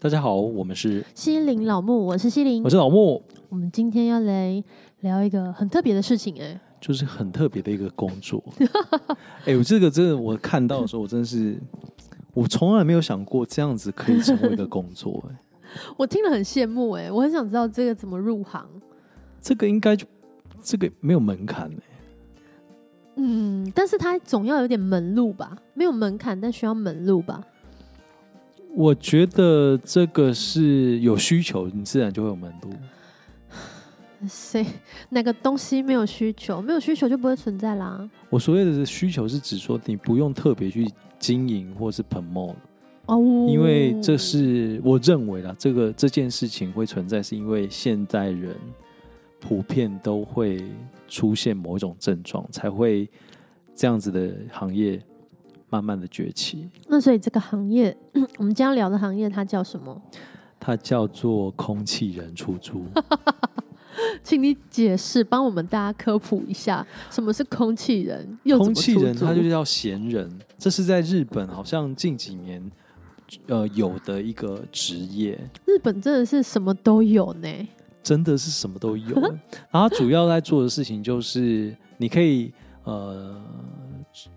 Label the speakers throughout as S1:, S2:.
S1: 大家好，我们是
S2: 西林老木，我是西林
S1: 我。是老木，
S2: 我们今天要来聊一个很特别的事情、哎，
S1: 就是很特别的一个工作。哎、我这个真的，我看到的时候，我真的是我从来没有想过这样子可以成为一个工作、哎，
S2: 我听了很羡慕、哎，我很想知道这个怎么入行。
S1: 这个应该就这个没有门槛、哎，
S2: 嗯，但是它总要有点门路吧，没有门槛，但需要门路吧。
S1: 我觉得这个是有需求，你自然就会有门路。
S2: 谁哪个东西没有需求，没有需求就不会存在啦。
S1: 我所谓的需求是指说，你不用特别去经营或是 promote，
S2: 哦，
S1: 因为这是我认为啦，这个这件事情会存在，是因为现代人普遍都会出现某一种症状，才会这样子的行业慢慢的崛起。
S2: 那所以这个行业， 我们今天要聊的行业它叫什么？
S1: 它叫做空气人出租。
S2: 请你解释，帮我们大家科普一下，什么是空气人？又怎么
S1: 空气人
S2: 出租
S1: 他就叫闲人，这是在日本好像近几年呃有的一个职业。
S2: 日本真的是什么都有呢。
S1: 真的是什么都有。 然后他主要在做的事情就是，你可以呃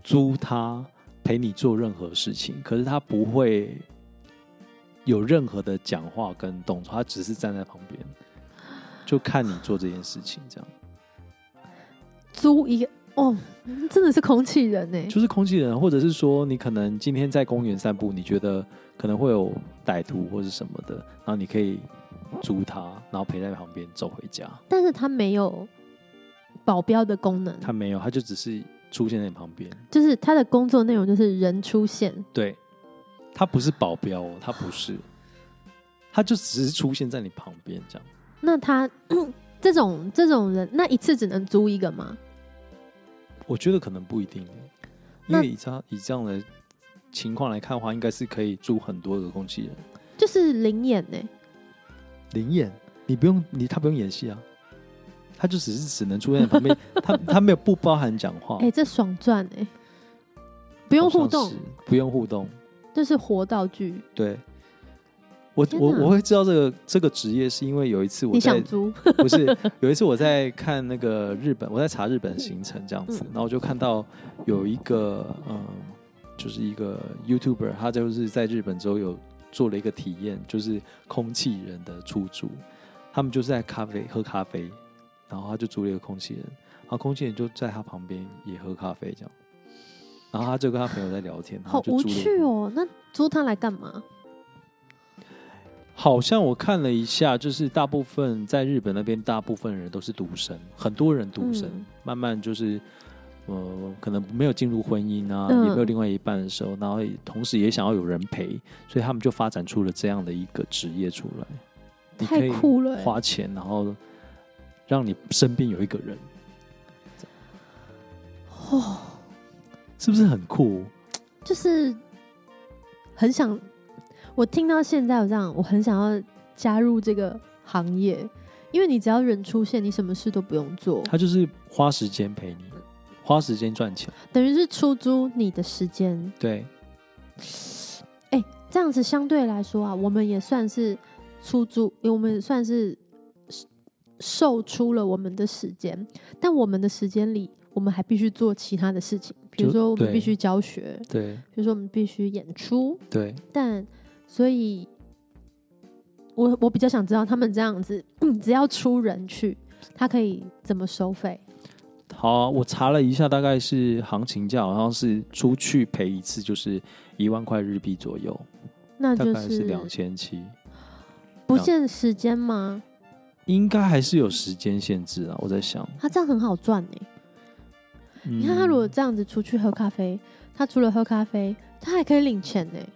S1: 租他陪你做任何事情，可是他不会有任何的讲话跟动作，他只是站在旁边，就看你做这件事情，这样
S2: 租一个哦，真的是空气人欸呢。
S1: 就是空气人，或者是说你可能今天在公园散步，你觉得可能会有歹徒或是什么的，然后你可以租他，然后陪在旁边走回家。
S2: 但是它没有保镖的功能，
S1: 他没有，他就只是出现在你旁边。
S2: 就是它的工作内容就是人出现，
S1: 对，他不是保镖、哦，他不是，他就只是出现在你旁边这样。
S2: 那他 这种这种人，那一次只能租一个吗？
S1: 我觉得可能不一定，欸因
S2: 那
S1: 为以他以这样的情况来看的话，应该是可以住很多个空气人。
S2: 就是欸零演呢、
S1: 灵演，你不用你他不用演戏啊，他就只是只能出现在旁边，他他没有不包含讲话，
S2: 哎、这爽赚哎、不用互
S1: 哦好
S2: 动
S1: 像是，，不用互动。
S2: 就是活道具。
S1: 对，我
S2: 天
S1: 我
S2: 哪
S1: 我会知道这个这个职业，是因为有一次我
S2: 你
S1: 在
S2: 想租？
S1: 不是，有一次我在看那个日本，我在查日本行程这样
S2: 嗯
S1: 子，然后我就看到有一个嗯，就是一个 YouTuber，他就是在日本之后有做了一个体验，就是空气人的出租，他们就是在咖啡喝咖啡，然后他就租了一个空气人，然后空气人就在他旁边也喝咖啡这样，然后他就跟他朋友在聊天，然后
S2: 好
S1: 就
S2: 无
S1: 租了一个
S2: 趣哦。那租它来干嘛？
S1: 好像我看了一下，就是大部分在日本那边，大部分人都是独生，很多人独生，
S2: 嗯
S1: 慢慢就是呃，可能没有进入婚姻啊，
S2: 嗯
S1: 也没有另外一半的时候，然后也同时也想要有人陪，所以他们就发展出了这样的一个职业出来。你可
S2: 太
S1: 以
S2: 酷了、欸！
S1: 花钱，然后让你身边有一个人，
S2: 哦，
S1: 是不是很酷？
S2: 就是很想，我听到现在我这样，我很想要加入这个行业，因为你只要人出现，你什么事都不用做，
S1: 他就是花时间陪你，花时间赚钱，
S2: 等于是出租你的时间。
S1: 对，
S2: 这样子相对来说啊，我们也算是出租，我们也算是售出了我们的时间，但我们的时间里，我们还必须做其他的事情，比如
S1: 就
S2: 说我们
S1: 对
S2: 必须教学，
S1: 对，
S2: 比如说我们必须演出，
S1: 对，
S2: 但所以我我比较想知道他们这样子，只要出人去，他可以怎么收费？
S1: 好啊、我查了一下，大概是行情价，好像是出去陪一次就是一万块日币左右，
S2: 那
S1: 大
S2: 就
S1: 概是两千七，
S2: 不限时间吗？
S1: 应该还是有时间限制啊。我在想，
S2: 他这样很好赚呢、
S1: 嗯
S2: 你看他如果这样子出去喝咖啡，他除了喝咖啡，他还可以领钱呢、欸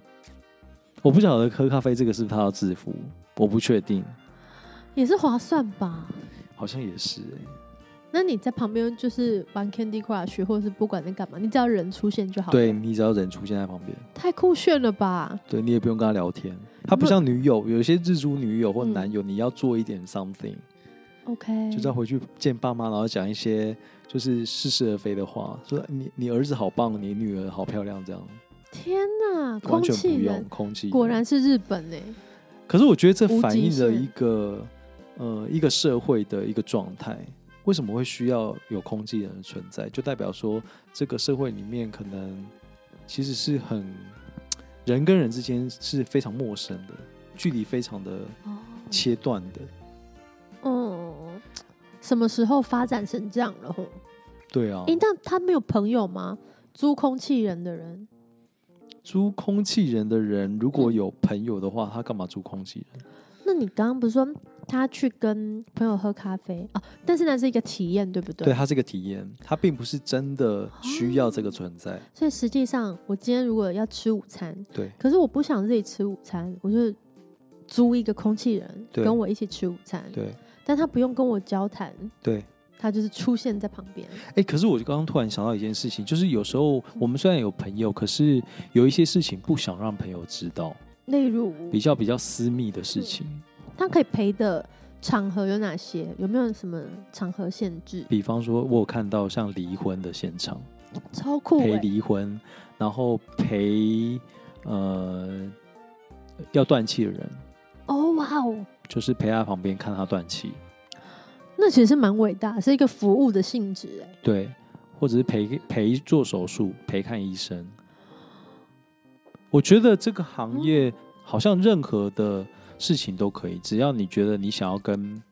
S1: 我不晓得喝咖啡这个是不是他要自付，我不确定，
S2: 也是划算吧？
S1: 好像也是、欸。
S2: 那你在旁边就是玩 Candy Crush，或者是不管在干嘛，你只要人出现就好了。
S1: 对，你只要人出现在旁边，
S2: 太酷炫了吧？
S1: 对你也不用跟他聊天，他不
S2: 那
S1: 像女友，有些日租女友或
S2: 嗯
S1: 男友，你要做一点 something，
S2: OK，
S1: 就是要回去见爸妈，然后讲一些就是似是而非的话，说你你儿子好棒，你女儿好漂亮这样。
S2: 天哪，
S1: 完
S2: 空
S1: 全
S2: 气
S1: 不
S2: 人
S1: 用空气，
S2: 果然是日本呢、欸
S1: 可是我觉得这反
S2: 无极
S1: 映了
S2: 限
S1: 一个呃一个社会的一个状态。为什么会需要有空气人的存在？就代表说这个社会里面可能其实是很人跟人之间是非常陌生的，距离非常的
S2: 哦，
S1: 切断的。
S2: 嗯，什么时候发展成这样了？吼，
S1: 对啊，
S2: 诶、那他没有朋友吗？租空气人的人，
S1: 租空气人的人如果
S2: 嗯
S1: 有朋友的话，他干嘛租空气人？
S2: 那你刚刚不是说他去跟朋友喝咖啡啊？但是那是一个体验，对不对？
S1: 对，它是一个体验，它并不是真的需要这个存在。
S2: 所以实际上，我今天如果要吃午餐，
S1: 对
S2: 可是我不想自己吃午餐，我就租一个空气人
S1: 对
S2: 跟我一起吃午餐，
S1: 对
S2: 但他不用跟我交谈，
S1: 对，
S2: 他就是出现在旁边。
S1: 哎、可是我刚刚突然想到一件事情，就是有时候我们虽然有朋友，可是有一些事情不想让朋友知道，
S2: 例如，
S1: 比较比较私密的事情，
S2: 嗯他可以陪的场合有哪些？有没有什么场合限制？
S1: 比方说我有看到像离婚的现场，
S2: 超酷、
S1: 陪
S2: 欸！
S1: 离婚，然后陪呃要断气的人，
S2: 哦哇哦，
S1: 就是陪他旁边看他断气，
S2: 那其实是蛮伟大，是一个服务的性质哎、
S1: 对，或者是陪陪做手术、陪看医生。我觉得这个行业好像任何的事情都可以，只要你觉得你想要跟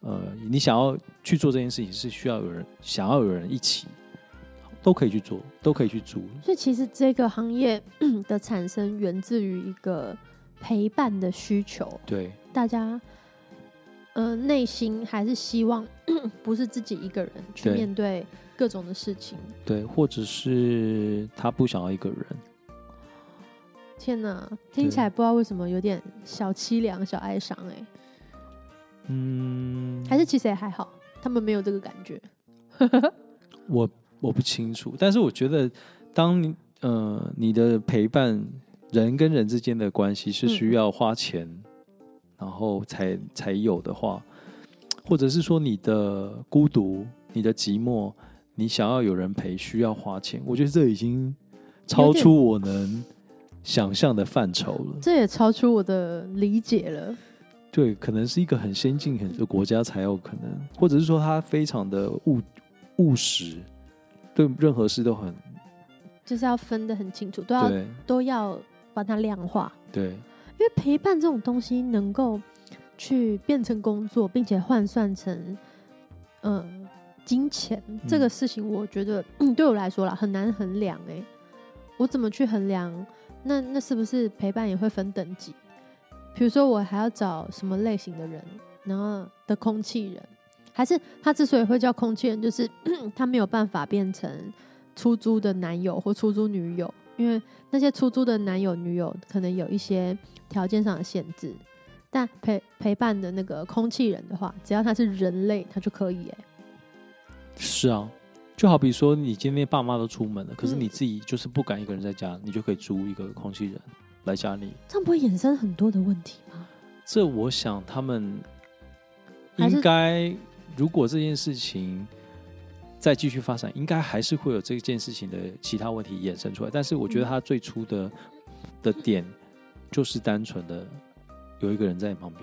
S1: 呃，你想要去做这件事情，是需要有人想要有人一起，都可以去做，都可以去做。
S2: 所以其实这个行业 的产生源自于一个陪伴的需求，
S1: 对
S2: 大家呃内心还是希望 不是自己一个人去
S1: 对
S2: 面对各种的事情。
S1: 对，或者是他不想要一个人，
S2: 天哪，听起来不知道为什么有点小凄凉、小哀伤哎、
S1: 嗯，
S2: 还是其实也还好，他们没有这个感觉。
S1: 我我不清楚，但是我觉得当你呃你的陪伴人跟人之间的关系是需要花钱，然后才才有的话，或者是说你的孤独、你的寂寞，你想要有人陪，需要花钱，我觉得这已经超出我能想象的范畴了。
S2: 这也超出我的理解了。
S1: 对，可能是一个很先进很的国家才有可能，或者是说他非常的务务实，对任何事都很
S2: 就是要分得很清楚，都要
S1: 对
S2: 都要把它量化，
S1: 对
S2: 因为陪伴这种东西能够去变成工作，并且换算成呃金钱、嗯
S1: 嗯
S2: 这个事情，我觉得、嗯、对我来说啦很难衡量哎、我怎么去衡量？那那是不是陪伴也会分等级？比如说我还要找什么类型的人，然后的空气人，还是他之所以会叫空气人，就是 他没有办法变成出租的男友或出租女友，因为那些出租的男友女友可能有一些条件上的限制，但陪陪伴的那个空气人的话，只要他是人类，他就可以、欸。
S1: 是啊，就好比说你今天爸妈都出门了，可是
S2: 嗯
S1: 你自己就是不敢一个人在家，你就可以租一个空气人来家里。
S2: 这样不会衍生很多的问题吗？
S1: 这我想他们
S2: 还是
S1: 应该，如果这件事情再继续发展，应该还是会有这件事情的其他问题衍生出来。但是我觉得
S2: 嗯
S1: 他最初的的点就是单纯的有一个人在你旁边。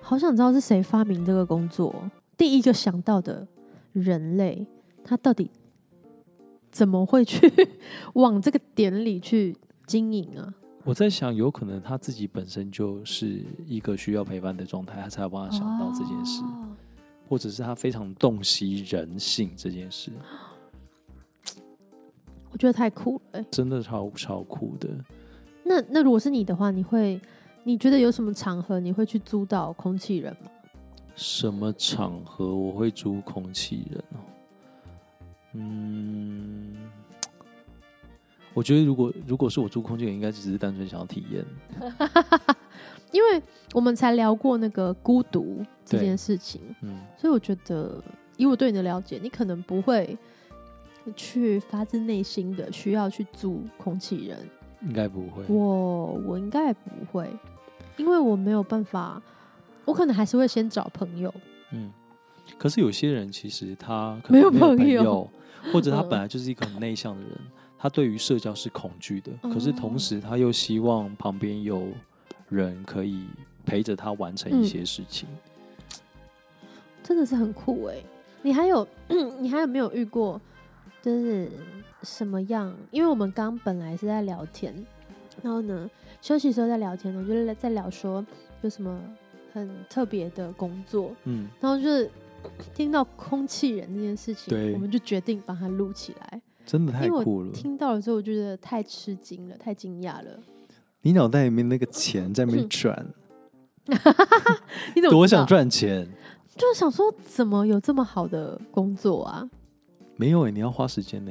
S2: 好想知道是谁发明这个工作哦，第一个想到的人类，他到底怎么会去 往这个点里去经营啊？
S1: 我在想，有可能他自己本身就是一个需要陪伴的状态，他才有办法想到这件事。
S2: 哦
S1: 或者是他非常洞悉人性这件事，
S2: 我觉得太酷了欸、
S1: 真的超超酷的。
S2: 那那如果是你的话，你会你觉得有什么场合你会去租到空气人吗？
S1: 什么场合我会租空气人哦？嗯，我觉得如果如果是我租空气人，应该只是单纯想要体验。
S2: 因为我们才聊过那个孤独这件事情，
S1: 嗯，
S2: 所以我觉得以我对你的了解，你可能不会去发自内心的需要去租空气人。
S1: 应该不会。
S2: 我我应该也不会，因为我没有办法，我可能还是会先找朋友。
S1: 嗯，可是有些人其实他可能
S2: 没有
S1: 有
S2: 朋
S1: 朋
S2: 友
S1: 友，或者他
S2: 嗯
S1: 本来就是一个很内向的人，他对于社交是恐惧的，可是
S2: 哦
S1: 同时他又希望旁边有人可以陪着他完成一些
S2: 嗯
S1: 事情。
S2: 真的是很酷哎、你还有 你还有没有遇过，就是什么样？因为我们刚本来是在聊天，然后呢休息时候在聊天呢，我就是在聊说有什么很特别的工作，
S1: 嗯，
S2: 然后就是听到空气人这件事情，
S1: 对嗯
S2: 我们就决定把它录起来。
S1: 真的
S2: 因
S1: 太
S2: 为我
S1: 酷了！
S2: 听到了之后，我觉得太吃惊了，太惊讶了。
S1: 你脑袋里面那个钱在那边
S2: 嗯
S1: 转，
S2: 你怎么
S1: 多
S2: 知道
S1: 想，赚钱？
S2: 就是想说怎么有这么好的工作啊？
S1: 没有哎、你要花时间呢、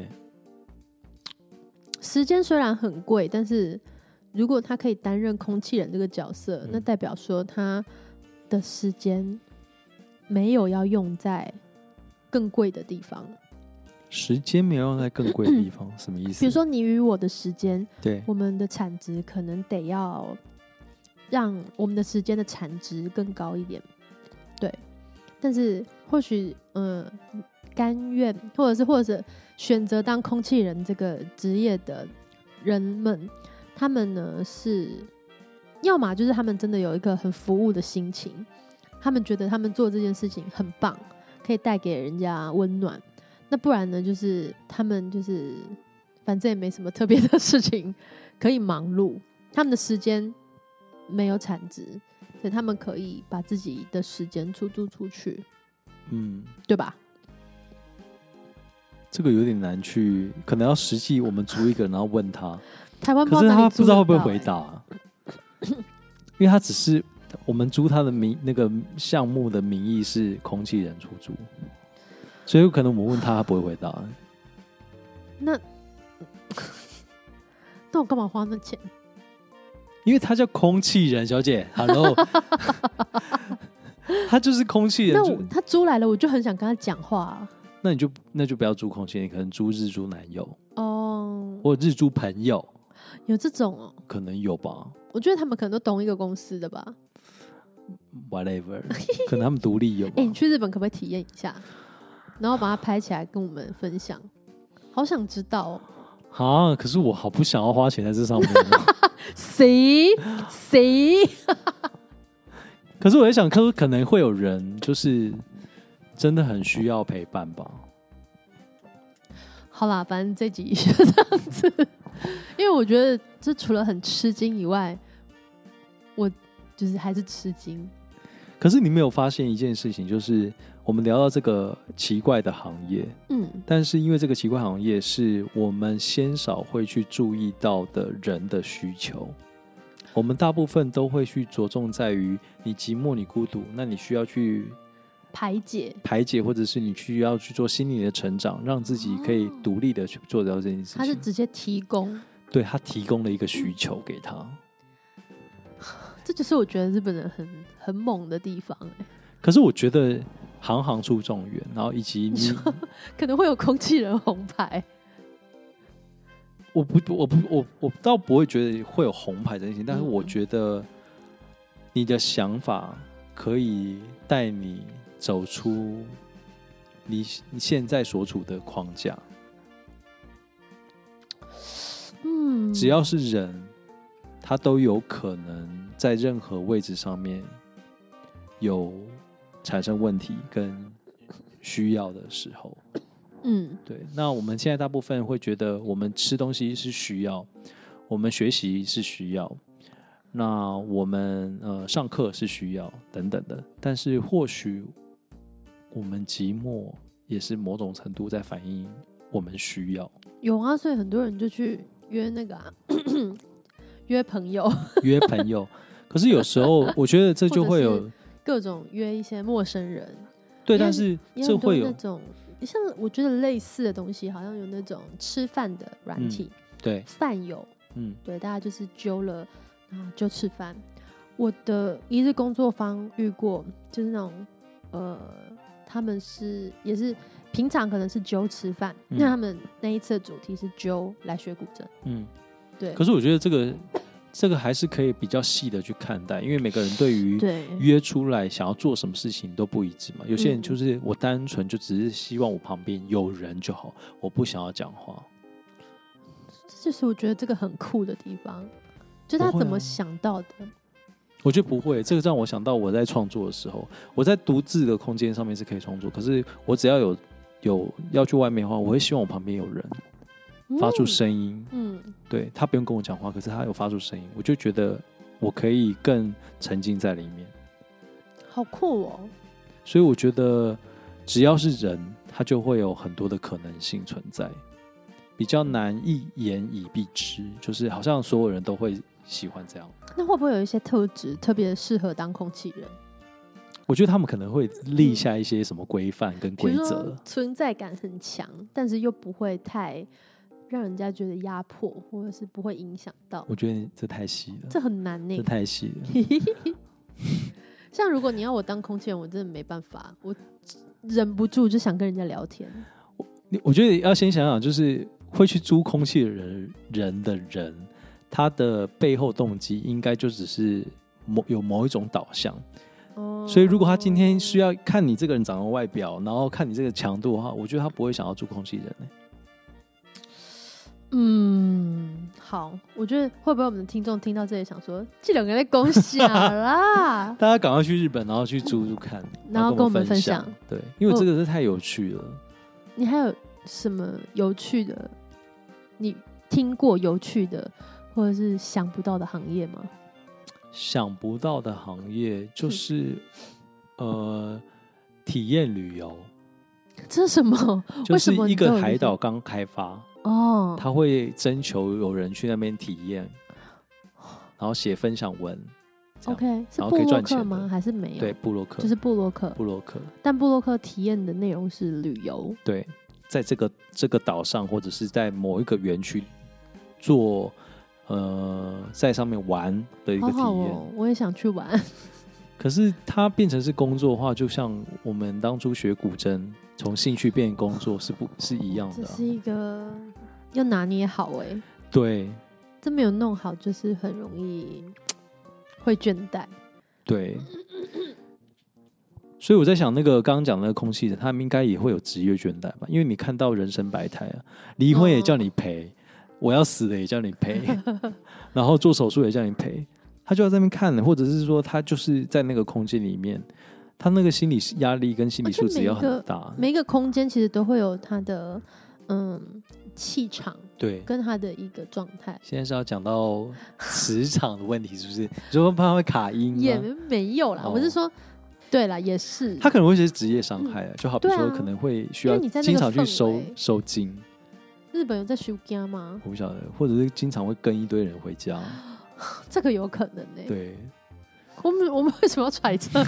S2: 时间虽然很贵，但是如果他可以担任空气人这个角色，
S1: 嗯
S2: 那代表说他的时间没有要用在更贵的地方。
S1: 时间没有用在更贵的地 方，什么意思？
S2: 比如，说你与我的时间，
S1: 对，
S2: 我们的产值可能得要让我们的时间的产值更高一点，对。但是或许，嗯、甘愿或者是或者是选择当空气人这个职业的人们，他们呢是，要么就是他们真的有一个很服务的心情，他们觉得他们做这件事情很棒，可以带给人家温暖。那不然呢，就是他们就是反正也没什么特别的事情可以忙碌，他们的时间没有产值，所以他们可以把自己的时间出租出去，
S1: 嗯，
S2: 对吧？
S1: 这个有点难去，可能要实际我们租一个人，然后问他，
S2: 台湾
S1: 可是他不知道会不会回
S2: 答。
S1: 答、 因为他只是我们租他的名那个项目的名义是空气人出租，所以有可能我们问他，他不会回答。
S2: 那那我干嘛花那钱？
S1: 因为他叫空气人小姐，Hello，他就是空气人
S2: 那
S1: 就
S2: 我他租来了，我就很想跟他讲话啊、
S1: 那你就那就不要租空气人，你可能租日租男友
S2: 哦、
S1: 或日租朋友，
S2: 有这种哦，
S1: 可能有吧
S2: 我觉得他们可能都同一个公司的吧。
S1: ，whatever，可能他们独立有吧
S2: 哎、。你去日本可不可以体验一下？然后把它拍起来跟我们分享，好想知道哦。
S1: 啊，可是我好不想要花钱在这上面哦。
S2: 谁谁？
S1: 可是我在想，可可能会有人就是真的很需要陪伴吧。
S2: 好啦，反正这集就 这样子。因为我觉得，这除了很吃惊以外，我就是还是吃惊。
S1: 可是你没有发现一件事情，就是我们聊到这个奇怪的行业，
S2: 嗯
S1: 但是因为这个奇怪行业是我们鲜少会去注意到的人的需求，我们大部分都会去着重在于你寂寞、你孤独，那你需要去
S2: 排解，
S1: 排解，或者是你需要去做心理的成长，让自己可以
S2: 哦
S1: 独立的去做到这件事情。
S2: 它是直接提供，
S1: 对他提供了一个需求给他。
S2: 这就是我觉得日本人很很猛的地方、欸。
S1: 可是我觉得行行出状元，然后以及
S2: 你
S1: 你，
S2: 可能会有空气人红牌，
S1: 我不，我不，我我倒不会觉得会有红牌这件事情，但是
S2: 嗯
S1: 我觉得你的想法可以带你走出你你现在所处的框架。
S2: 嗯，
S1: 只要是人，他都有可能在任何位置上面有产生问题跟需要的时候。
S2: 嗯
S1: 对，那我们现在大部分会觉得，我们吃东西是需要，我们学习是需要，那我们呃上课是需要等等的。但是或许我们寂寞也是某种程度在反映我们需要
S2: 有啊，所以很多人就去约那个、啊、 约朋友，
S1: 约朋友。可是有时候，我觉得这就会
S2: 或
S1: 有
S2: 各种约一些陌生人，
S1: 对，
S2: 因为
S1: 但是
S2: 也
S1: 这
S2: 很多
S1: 会
S2: 那
S1: 有
S2: 种像我觉得类似的东西，好像有那种吃饭的
S1: 嗯
S2: 软体，
S1: 对，
S2: 饭友
S1: 嗯
S2: 对，大家就是揪了啊就吃饭。我的一日工作坊遇过，就是那种呃，他们是也是平常可能是揪吃饭，
S1: 嗯
S2: 那他们那一次的主题是揪来学古筝，
S1: 嗯。
S2: 对
S1: 可是我觉得这个这个还是可以比较细的去看待，因为每个人对于
S2: 对，
S1: 约出来想要做什么事情都不一致嘛。有些人
S2: 嗯
S1: 就是我单纯就只是希望我旁边有人就好，我不想要讲话。
S2: 这就是我觉得这个很酷的地方，就
S1: 不
S2: 他
S1: 会
S2: 怎么
S1: 啊
S2: 想到的，
S1: 我觉得不会，这个让我想到我在创作的时候，我在独自的空间上面是可以创作，可是我只要有有要去外面的话，我会希望我旁边有人发出声音，
S2: 嗯，嗯，
S1: 对他不用跟我讲话，可是他有发出声音，我就觉得我可以更沉浸在里面。
S2: 好酷哦，
S1: 所以我觉得，只要是人，他就会有很多的可能性存在，比较难一言以蔽之，就是好像所有人都会喜欢这样。
S2: 那会不会有一些特质特别适合当空气人？
S1: 我觉得他们可能会立下一些什么规范跟
S2: 比
S1: 规
S2: 如
S1: 则
S2: 说，存在感很强，但是又不会太让人家觉得压迫，或者是不会影响到，
S1: 我觉得这太细了，
S2: 这很难呢、
S1: 这太细了。
S2: 像如果你要我当空气人，我真的没办法，我忍不住就想跟人家聊天。
S1: 你我觉得要先想想，就是会去租空气的人人的人，他的背后动机应该就只是某有某一种导向。
S2: 哦
S1: 所以如果他今天需要看你这个人长得外表，然后看你这个强度的话，我觉得他不会想要租空气人、欸。
S2: 嗯，好，我觉得会不会我们的听众听到这里想说，这两个人在 恭喜啊啦？
S1: 大家赶快去日本，然后去租租看，
S2: 然后跟我们分享
S1: 享。对，因为这个是太有趣了。
S2: 你还有什么有趣的？你听过有趣的，或者是想不到的行业吗？
S1: 想不到的行业就是， 呃，体验旅游，
S2: 这是什么？
S1: 就
S2: 为什
S1: 是
S2: 么
S1: 一
S2: 你都有
S1: 个
S2: 这
S1: 海
S2: 种
S1: 岛刚开发，
S2: 哦，
S1: 他会征求有人去那边体验，然后写分享文，这样
S2: OK，是
S1: 然后可
S2: 布
S1: 以
S2: 洛
S1: 赚钱
S2: 克
S1: 的
S2: 吗？还是没有？
S1: 对，布洛克
S2: 嗯就是布洛克。
S1: 布洛克，
S2: 但布洛克体验的内容是旅游，
S1: 对，在这个这个岛上或者是在某一个园区做呃在上面玩的一个
S2: 好
S1: 体
S2: 好
S1: 验。
S2: 哦，我也想去玩。
S1: 可是它变成是工作的话，就像我们当初学古筝，从兴趣变工作是不是一样
S2: 这
S1: 的啊、
S2: 是一个要拿捏好哎、
S1: 对
S2: 这没有弄好，就是很容易会倦怠。
S1: 对。所以我在想，那个刚刚讲那个空气人，他们应该也会有职业倦怠吧？因为你看到人生百态啊，离婚也叫你赔，我要死了也叫你赔， 然后做手术也叫你赔，他就要在那边看，或者是说他就是在那个空间里面，他那个心理压力跟心理
S2: 而且
S1: 素质
S2: 每
S1: 要
S2: 一个
S1: 很大，
S2: 每一个空间其实都会有它的嗯气场
S1: 对。
S2: 跟它的一个状态，
S1: 现在是要讲到磁场的问题，是不是？你说怕会卡音
S2: 也
S1: 嗯吗？
S2: 没有啦。
S1: 哦
S2: 我是说，对啦，也是。
S1: 他可能会是职业伤害啊，就好比
S2: 对
S1: 说
S2: 啊
S1: 可能会需
S2: 因为
S1: 要
S2: 你在那个
S1: 经常去
S2: 氛
S1: 收
S2: 围
S1: 收金，
S2: 日本有在休假吗？
S1: 我不晓得，或者是经常会跟一堆人回家，
S2: 这个有可能欸呢、
S1: 对，
S2: 我们我们为什么要 揣测？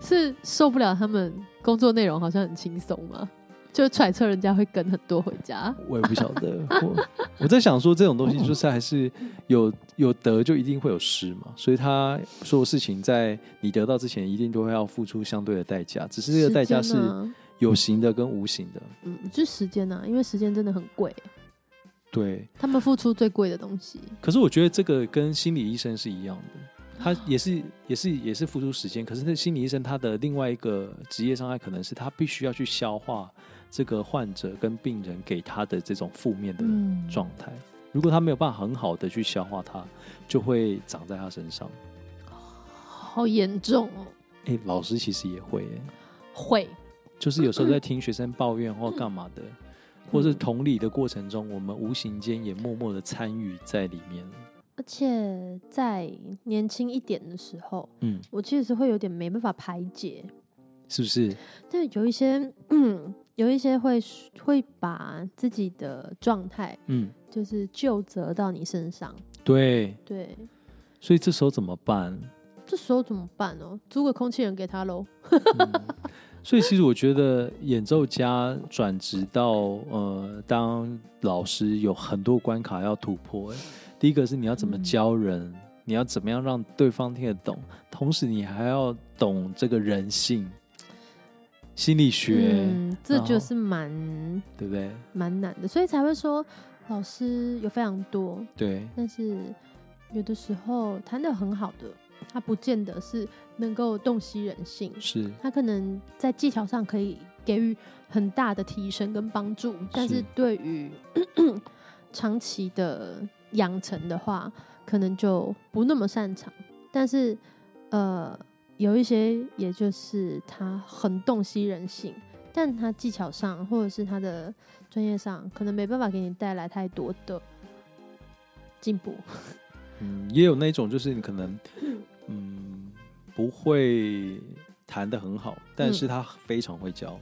S2: 是受不了他们工作内容好像很轻松吗？就揣测人家会跟很多回家，
S1: 我也不晓得。我我在想说，这种东西就是还是有有得就一定会有失嘛，所以他所有事情在你得到之前，一定都会要付出相对的代价，只是这个代价
S2: 时
S1: 是
S2: 间啊
S1: 有形的跟无形的。
S2: 嗯，就时间呐、因为时间真的很贵，
S1: 对，
S2: 他们付出最贵的东西。
S1: 可是我觉得这个跟心理医生是一样的，
S2: 哦
S1: 他也是也是也是付出时间，可是那心理医生他的另外一个职业伤害，可能是他必须要去消化这个患者跟病人给他的这种负面的
S2: 嗯，
S1: 状态。如果他没有办法很好的去消化它，就会长在他身上。
S2: 好严重哦，
S1: 哎、老师其实也会、诶
S2: 会
S1: 就是有时候在听学生抱怨或干嘛的，或是同理的过程中，我们无形间也默默的参与在里面。
S2: 而且在年轻一点的时候，
S1: 嗯，
S2: 我其实是会有点没办法排解，
S1: 是不是？
S2: 但有一些，嗯，有一些会会把自己的状态
S1: 嗯，
S2: 就是就责到你身上。
S1: 对。
S2: 对，
S1: 所以这时候怎么办？
S2: 这时候怎么办哦？租个空气人给他喽。
S1: 所以其实我觉得演奏家转职到呃当老师有很多关卡要突破、欸第一个是你要怎么
S2: 嗯
S1: 教人，你要怎么样让对方听得懂，同时你还要懂这个人性、心理学，
S2: 嗯，这
S1: 然后
S2: 就是蛮
S1: 对不对？
S2: 蛮难的，所以才会说老师有非常多，
S1: 对，
S2: 但是有的时候弹的很好的，他不见得是能够洞悉人性，
S1: 是
S2: 他可能在技巧上可以给予很大的提升跟帮助， 但是对于长期的养成的话，可能就不那么擅长，但是呃，有一些也就是他很洞悉人性，但他技巧上或者是他的专业上，可能没办法给你带来太多的进步。
S1: 嗯，也有那种就是你可能，嗯，不会弹的很好，但是他非常会教，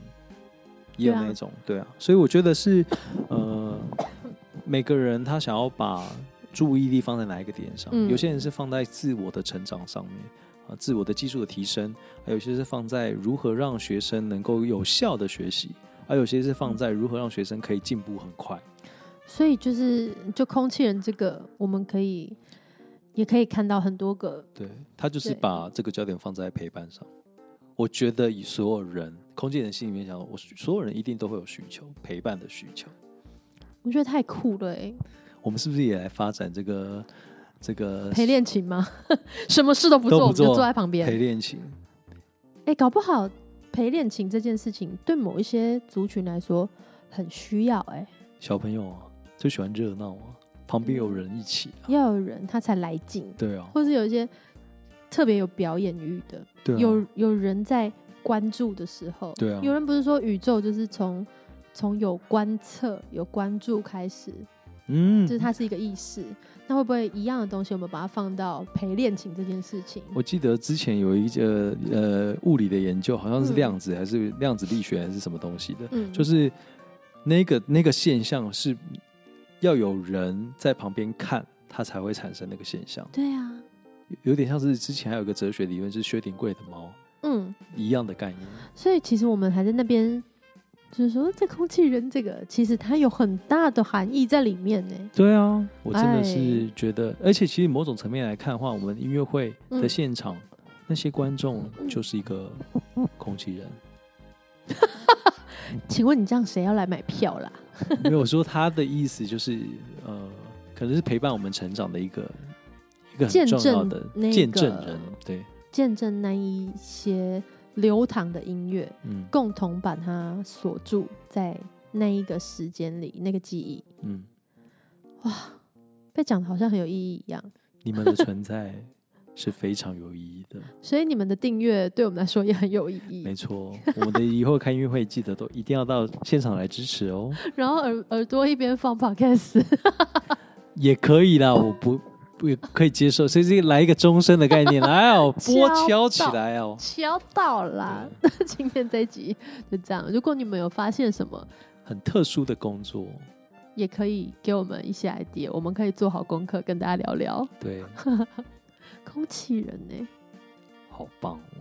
S1: 也有
S2: 对啊
S1: 那种，对啊，所以我觉得是，呃，每个人他想要把注意力放在哪一个点上，
S2: 嗯
S1: 有些人是放在自我的成长上面。啊，自我的技术的提升，还有一些是放在如何让学生能够有效的学习，还有些是放在如何让学生可以进步很快。
S2: 所以就是就空气人这个，我们可以也可以看到很多个
S1: 对他就是
S2: 对
S1: 把这个焦点放在陪伴上。我觉得以所有人，空间人心里面想，我所有人一定都会有需求，陪伴的需求。
S2: 我觉得太酷了哎、
S1: 我们是不是也来发展这个这个
S2: 陪练琴吗？ 什么事都不做，
S1: 都不做
S2: 我们就坐在旁边。
S1: 陪
S2: 哎、
S1: 练情？
S2: 搞不好陪练琴这件事情对某一些族群来说很需要哎、
S1: 小朋友啊，最喜欢热闹啊，旁边有人一起啊。
S2: 要有人他才来劲，
S1: 对啊，
S2: 或是有一些特别有表演欲的，
S1: 对啊，
S2: 有有人在关注的时候，
S1: 对啊
S2: 有人不是说宇宙就是从从有观测、有关注开始，
S1: 嗯
S2: 就是它是一个意识。那会不会一样的东西，我们把它放到陪练琴这件事情？
S1: 我记得之前有一个呃物理的研究，好像是
S2: 嗯
S1: 量子、还是量子力学还是什么东西的，
S2: 嗯，
S1: 就是那个那个现象是要有人在旁边看，它才会产生那个现象，
S2: 对啊，
S1: 有有点像是之前还有一个哲学理论是薛定谔的猫
S2: 嗯，
S1: 一样的概念。
S2: 所以其实我们还在那边，就是说这空气人这个，其实它有很大的含义在里面呢。
S1: 对啊，我真的
S2: 哎
S1: 是觉得，而且其实某种层面来看的话，我们音乐会的
S2: 嗯
S1: 现场、那些观众就是一个空气人。
S2: 请问你这样谁要来买票啦？
S1: 没有说他的意思就是呃，可能是陪伴我们成长的一个一个很
S2: 见
S1: 重要
S2: 证
S1: 的
S2: 那
S1: 见
S2: 个
S1: 证人。对，
S2: 见证那一些流淌的音乐，
S1: 嗯
S2: 共同把它锁住在那一个时间里，那个记忆
S1: 嗯，
S2: 被讲的好像很有意义一样。
S1: 你们的存在是非常有意义的。
S2: 所以你们的订阅对我们来说也很有意义
S1: 没。错，我们的以后开音乐会记得都一定要到现场来支持哦，
S2: 然后耳耳朵一边放 podcast，
S1: 也可以啦，我不不也可以接受，所以这个来一个终身的概念，来哦，波敲起来哦。
S2: 敲到啦。
S1: 对
S2: 那今天这一集就这样。如果你们有发现什么，
S1: 很特殊的工作，
S2: 也可以给我们一些 idea，我们可以做好功课跟大家聊聊。
S1: 对，
S2: 空气人欸呢、
S1: 好棒哦！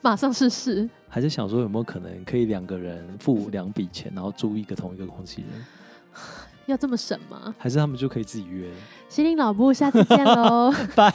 S2: 马上试试。
S1: 还是想说有没有可能可以两个人付两笔钱，然后租一个同一个空气人，
S2: 要这么省吗？
S1: 还是他们就可以自己约？
S2: 心灵老布，下次见喽。
S1: 拜。